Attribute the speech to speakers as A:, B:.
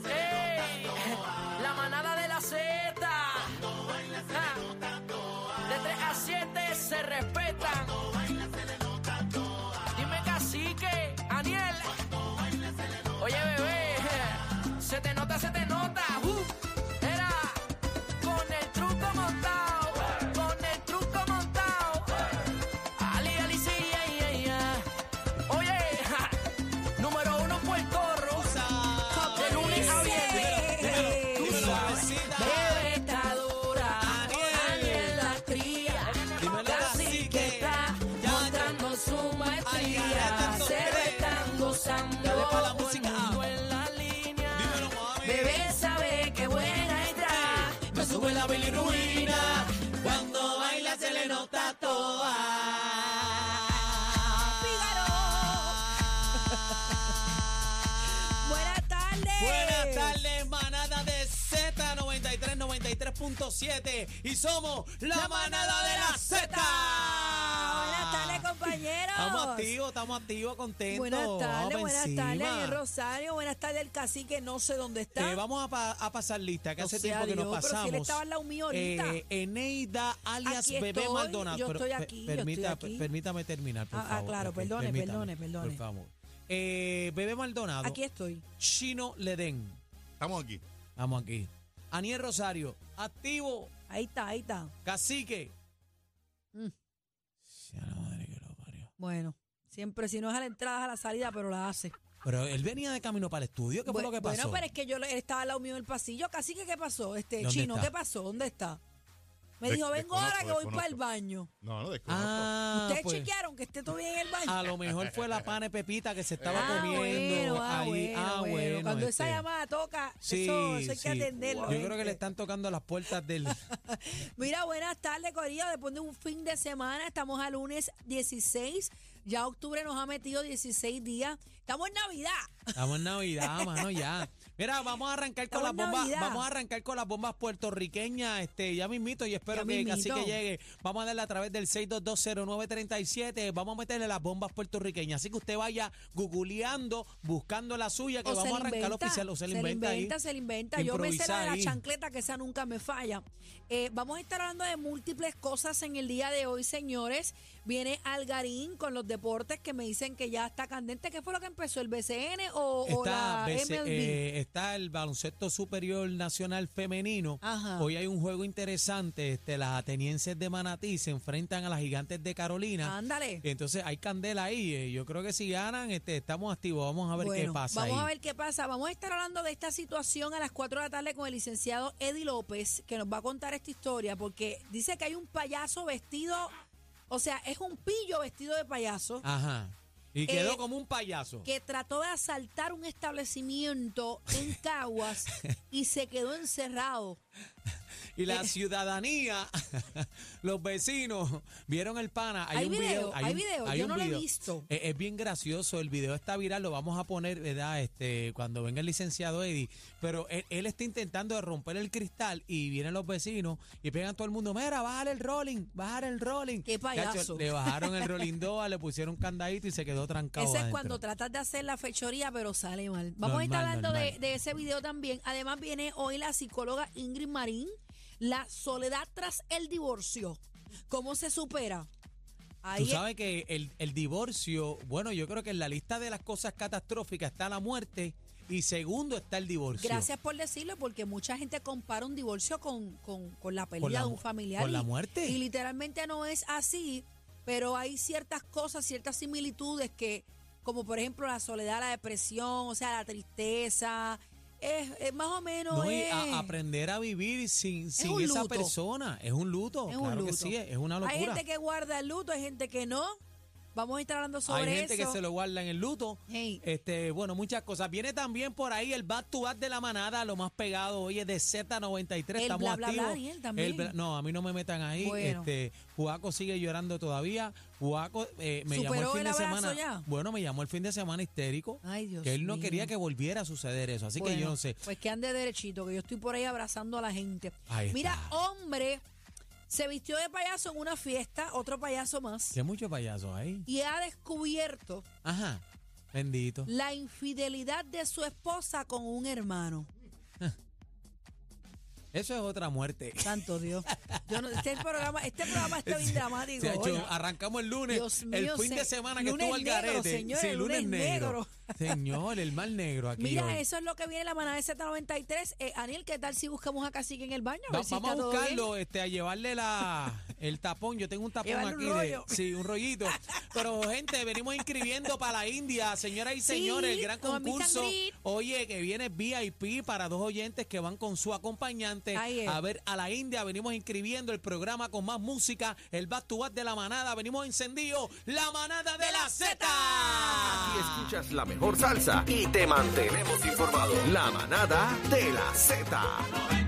A: Eh, La manada de la Z. Ja. De 3 a 7 se respetan. Dime cacique, Aniel. Oye, bebé. Se te nota, se te nota. Uh, Era con el truco montado. Con el truco montado. Ali, Ali, sí, ay, ay, ay. Oye, ja. número uno Puerto Rico. De lunes a viernes. Tú sabes. Bebé está dura. Aniel la cría. Casi que está mostrando su maestría. Se lo están gozando. Todo el mundo en la línea. Bebé sabe que buena está. Me sube la bilirruina. Cuando baila se le nota toda.
B: Buenas tardes.
C: Buenas tardes, manada de Z93, 93.7 y somos la, manada de la Z.
B: Buenas tardes, compañeros.
C: Estamos activos, estamos activos, contentos.
B: Buenas
C: Vamos
B: tardes,
C: pa'
B: buenas
C: encima.
B: tardes, el Rosario. Buenas tardes, el cacique, no sé dónde está.
C: Eh, vamos a, pa- a pasar lista, que
B: No
C: hace
B: sea
C: tiempo que nos
B: Dios, pero si él
C: pasamos.
B: estaba al lado mío ahorita.
C: Eh, Eneida alias
B: Aquí
C: Bebé
B: estoy,
C: Maldonado.
B: yo
C: Pero
B: estoy
C: pe-
B: aquí, yo
C: permita-
B: estoy aquí.
C: per- Permítame terminar, por
B: Ah, ah,
C: favor.
B: claro,
C: ok,
B: perdone,
C: permítame,
B: perdone, perdone.
C: Por favor. Eh, Bebé Maldonado,
B: Aquí estoy.
C: Chino Ledén.
D: Estamos aquí.
C: Vamos aquí. Aniel Rosario, activo.
B: Ahí está, ahí está.
C: Cacique.
B: Mm.
C: Ya la madre que lo parió.
B: Bueno, siempre, si no es a la entrada, es a la salida, pero la hace.
C: Pero él venía de camino para el estudio. ¿Qué fue
B: Bu-
C: lo que pasó?
B: Bueno, pero es que yo le- él estaba al lado mío en el pasillo. Cacique, ¿qué pasó? Este,
C: ¿Dónde
B: chino,
C: está?
B: ¿qué pasó? ¿Dónde está? Me
D: Des-
B: dijo, vengo ahora que voy
D: desconozco,
B: para el
D: desconozco.
B: baño.
D: No, no, desconozco.
C: ah,
B: Ustedes
C: pues, Ah,
B: chequearon que esté todavía en el baño.
C: a lo mejor fue la pane Pepita que se estaba
B: Ah,
C: comiendo.
B: bueno, ah,
C: ahí.
B: bueno,
C: Ah,
B: bueno.
C: bueno,
B: Cuando
C: este.
B: esa llamada toca,
C: Sí,
B: eso, eso hay
C: sí.
B: que atenderlo.
C: Yo creo que
B: gente.
C: le están tocando las puertas del.
B: Mira, buenas tardes, Corillo. Después de un fin de semana, estamos a lunes 16. Ya octubre nos ha metido 16 días. Estamos en Navidad.
C: Estamos en Navidad, mano, ya. Mira, vamos a arrancar con
B: Estamos
C: las
B: en
C: bombas,
B: Navidad.
C: vamos a arrancar con las bombas puertorriqueñas, este, ya mismito, y espero
B: Ya
C: que casi
B: mismito.
C: que llegue. Vamos a darle a través del 6220937, vamos a meterle las bombas puertorriqueñas. Así que usted vaya googleando, buscando la suya, que
B: O
C: vamos
B: se
C: a
B: la
C: arrancar
B: inventa,
C: oficial, o se
B: se
C: la
B: la
C: inventa, ahí.
B: inventa, se la inventa. Yo me sé la de
C: Improvisa
B: la
C: ahí.
B: chancleta, que esa nunca me falla. Eh, vamos a estar hablando de múltiples cosas en el día de hoy, señores. Viene Algarín con los deportes que me dicen que ya está candente. ¿Qué fue lo que empezó? ¿El BCN o, o
C: Está,
B: la
C: BC,
B: MLB?
C: eh, está el baloncesto superior nacional femenino.
B: Ajá.
C: Hoy hay un juego interesante. Este, las atenienses de Manatí se enfrentan a las gigantes de Carolina.
B: Ándale.
C: Entonces hay candela ahí. eh, Yo creo que si ganan, este, estamos activos. Vamos a ver qué
B: Bueno,
C: pasa
B: Vamos
C: ahí.
B: a ver qué pasa. Vamos a estar hablando de esta situación a las 4 de la tarde con el licenciado Eddie López, que nos va a contar esta historia, porque dice que hay un payaso vestido, o sea, es un pillo vestido de payaso,
C: Ajá. Y quedó
B: Eh,
C: como un payaso.
B: que trató de asaltar un establecimiento en Caguas y se quedó encerrado.
C: Y la
B: eh,
C: ciudadanía, los vecinos, vieron el pana. Hay,
B: Hay
C: un
B: video,
C: video,
B: hay
C: un-
B: video, yo
C: un
B: no lo he
C: video.
B: visto.
C: Eh, Es, bien gracioso, el video está viral, lo vamos a poner, ¿verdad? Este, cuando venga el licenciado Eddie. Pero e, él, él está intentando de romper el cristal y vienen los vecinos y pegan todo el mundo, mira, bajar el rolling, bajar el rolling.
B: Qué
C: Cacho,
B: payaso.
C: le bajaron el rolling doa, le pusieron candadito y se quedó trancado
B: Ese es
C: adentro.
B: cuando tratas de hacer la fechoría, pero sale mal. Vamos a estar
C: Normal,
B: hablando de,
C: normal.
B: de ese video también. Además, viene hoy la psicóloga Ingrid Marín, la soledad tras el divorcio. ¿Cómo se supera? Ahí
C: Tú
B: es-
C: sabes que el, el divorcio, bueno, yo creo que en la lista de las cosas catastróficas está la muerte y segundo está el divorcio.
B: gracias por decirlo, porque mucha gente compara un divorcio con, con- con la pérdida
C: Con la
B: de
C: mu-
B: un familiar.
C: con la
B: y-
C: muerte.
B: Y literalmente no es así, pero hay ciertas cosas, ciertas similitudes que, como por ejemplo la soledad, la depresión, o sea, la tristeza. Es, es más o menos.
C: No, y a-
B: es-
C: aprender a vivir sin, sin
B: un
C: esa
B: luto.
C: persona es un luto,
B: Es un
C: claro
B: luto.
C: que sí, es una
B: Hay
C: locura.
B: gente que guarda el luto, hay gente que no. Vamos a estar hablando sobre
C: Hay gente
B: eso.
C: que se lo guarda en el luto.
B: Hey.
C: Este, bueno, muchas cosas. Viene también por ahí el back to back de la manada, lo más pegado hoy es de Z93.
B: El
C: Estamos
B: bla, bla, bla,
C: activos.
B: Daniel, también.
C: El bla- no, a mí no me metan ahí.
B: Bueno.
C: Este, Juaco sigue llorando todavía. Juaco eh, me llamó el
B: ¿Superó
C: fin
B: el
C: de
B: abrazo
C: semana.
B: ya?
C: Bueno, me llamó el fin de semana histérico.
B: Ay, Dios
C: que él no
B: mío.
C: quería que volviera a suceder eso. Así que yo
B: Bueno,
C: no sé.
B: Pues que ande derechito, que yo estoy por ahí abrazando a la gente.
C: Ahí
B: Mira,
C: está.
B: hombre, se vistió de payaso en una fiesta, otro payaso más,
C: Que hay muchos payasos ahí.
B: y ha descubierto
C: Ajá. Bendito.
B: la infidelidad de su esposa con un hermano.
C: Eso es otra muerte.
B: Santo Dios. Yo no- este, programa, este programa está bien dramático.
C: Se ha hecho-
B: oiga.
C: arrancamos el lunes,
B: Dios mío,
C: el fin
B: se-
C: de semana que
B: lunes
C: estuvo al
B: negro,
C: garete.
B: señores,
C: sí, lunes,
B: lunes negro.
C: negro. Señor, el mal negro aquí.
B: Mira,
C: hoy.
B: eso es lo que viene en la manada de Z93. Eh, Aniel, ¿qué tal si buscamos a Cacique en el baño? A
C: Va-
B: ver si
C: vamos a
B: está todo bien.
C: buscarlo, este, a llevarle la, el tapón. Yo tengo un tapón
B: Llevarle
C: aquí.
B: un
C: de-
B: rollo.
C: sí, un rollito. Pero, gente, venimos inscribiendo para la India, señoras y señores, el gran
B: con meet and
C: concurso.
B: greet.
C: Oye, que viene VIP para dos oyentes que van con su acompañante
B: Ahí es.
C: a ver a la India. Venimos inscribiendo el programa con más música, el back to back de la manada. Venimos encendidos, la manada de, la Z.
D: Y escuchas la mejor salsa y te mantenemos informado. La manada de la Z.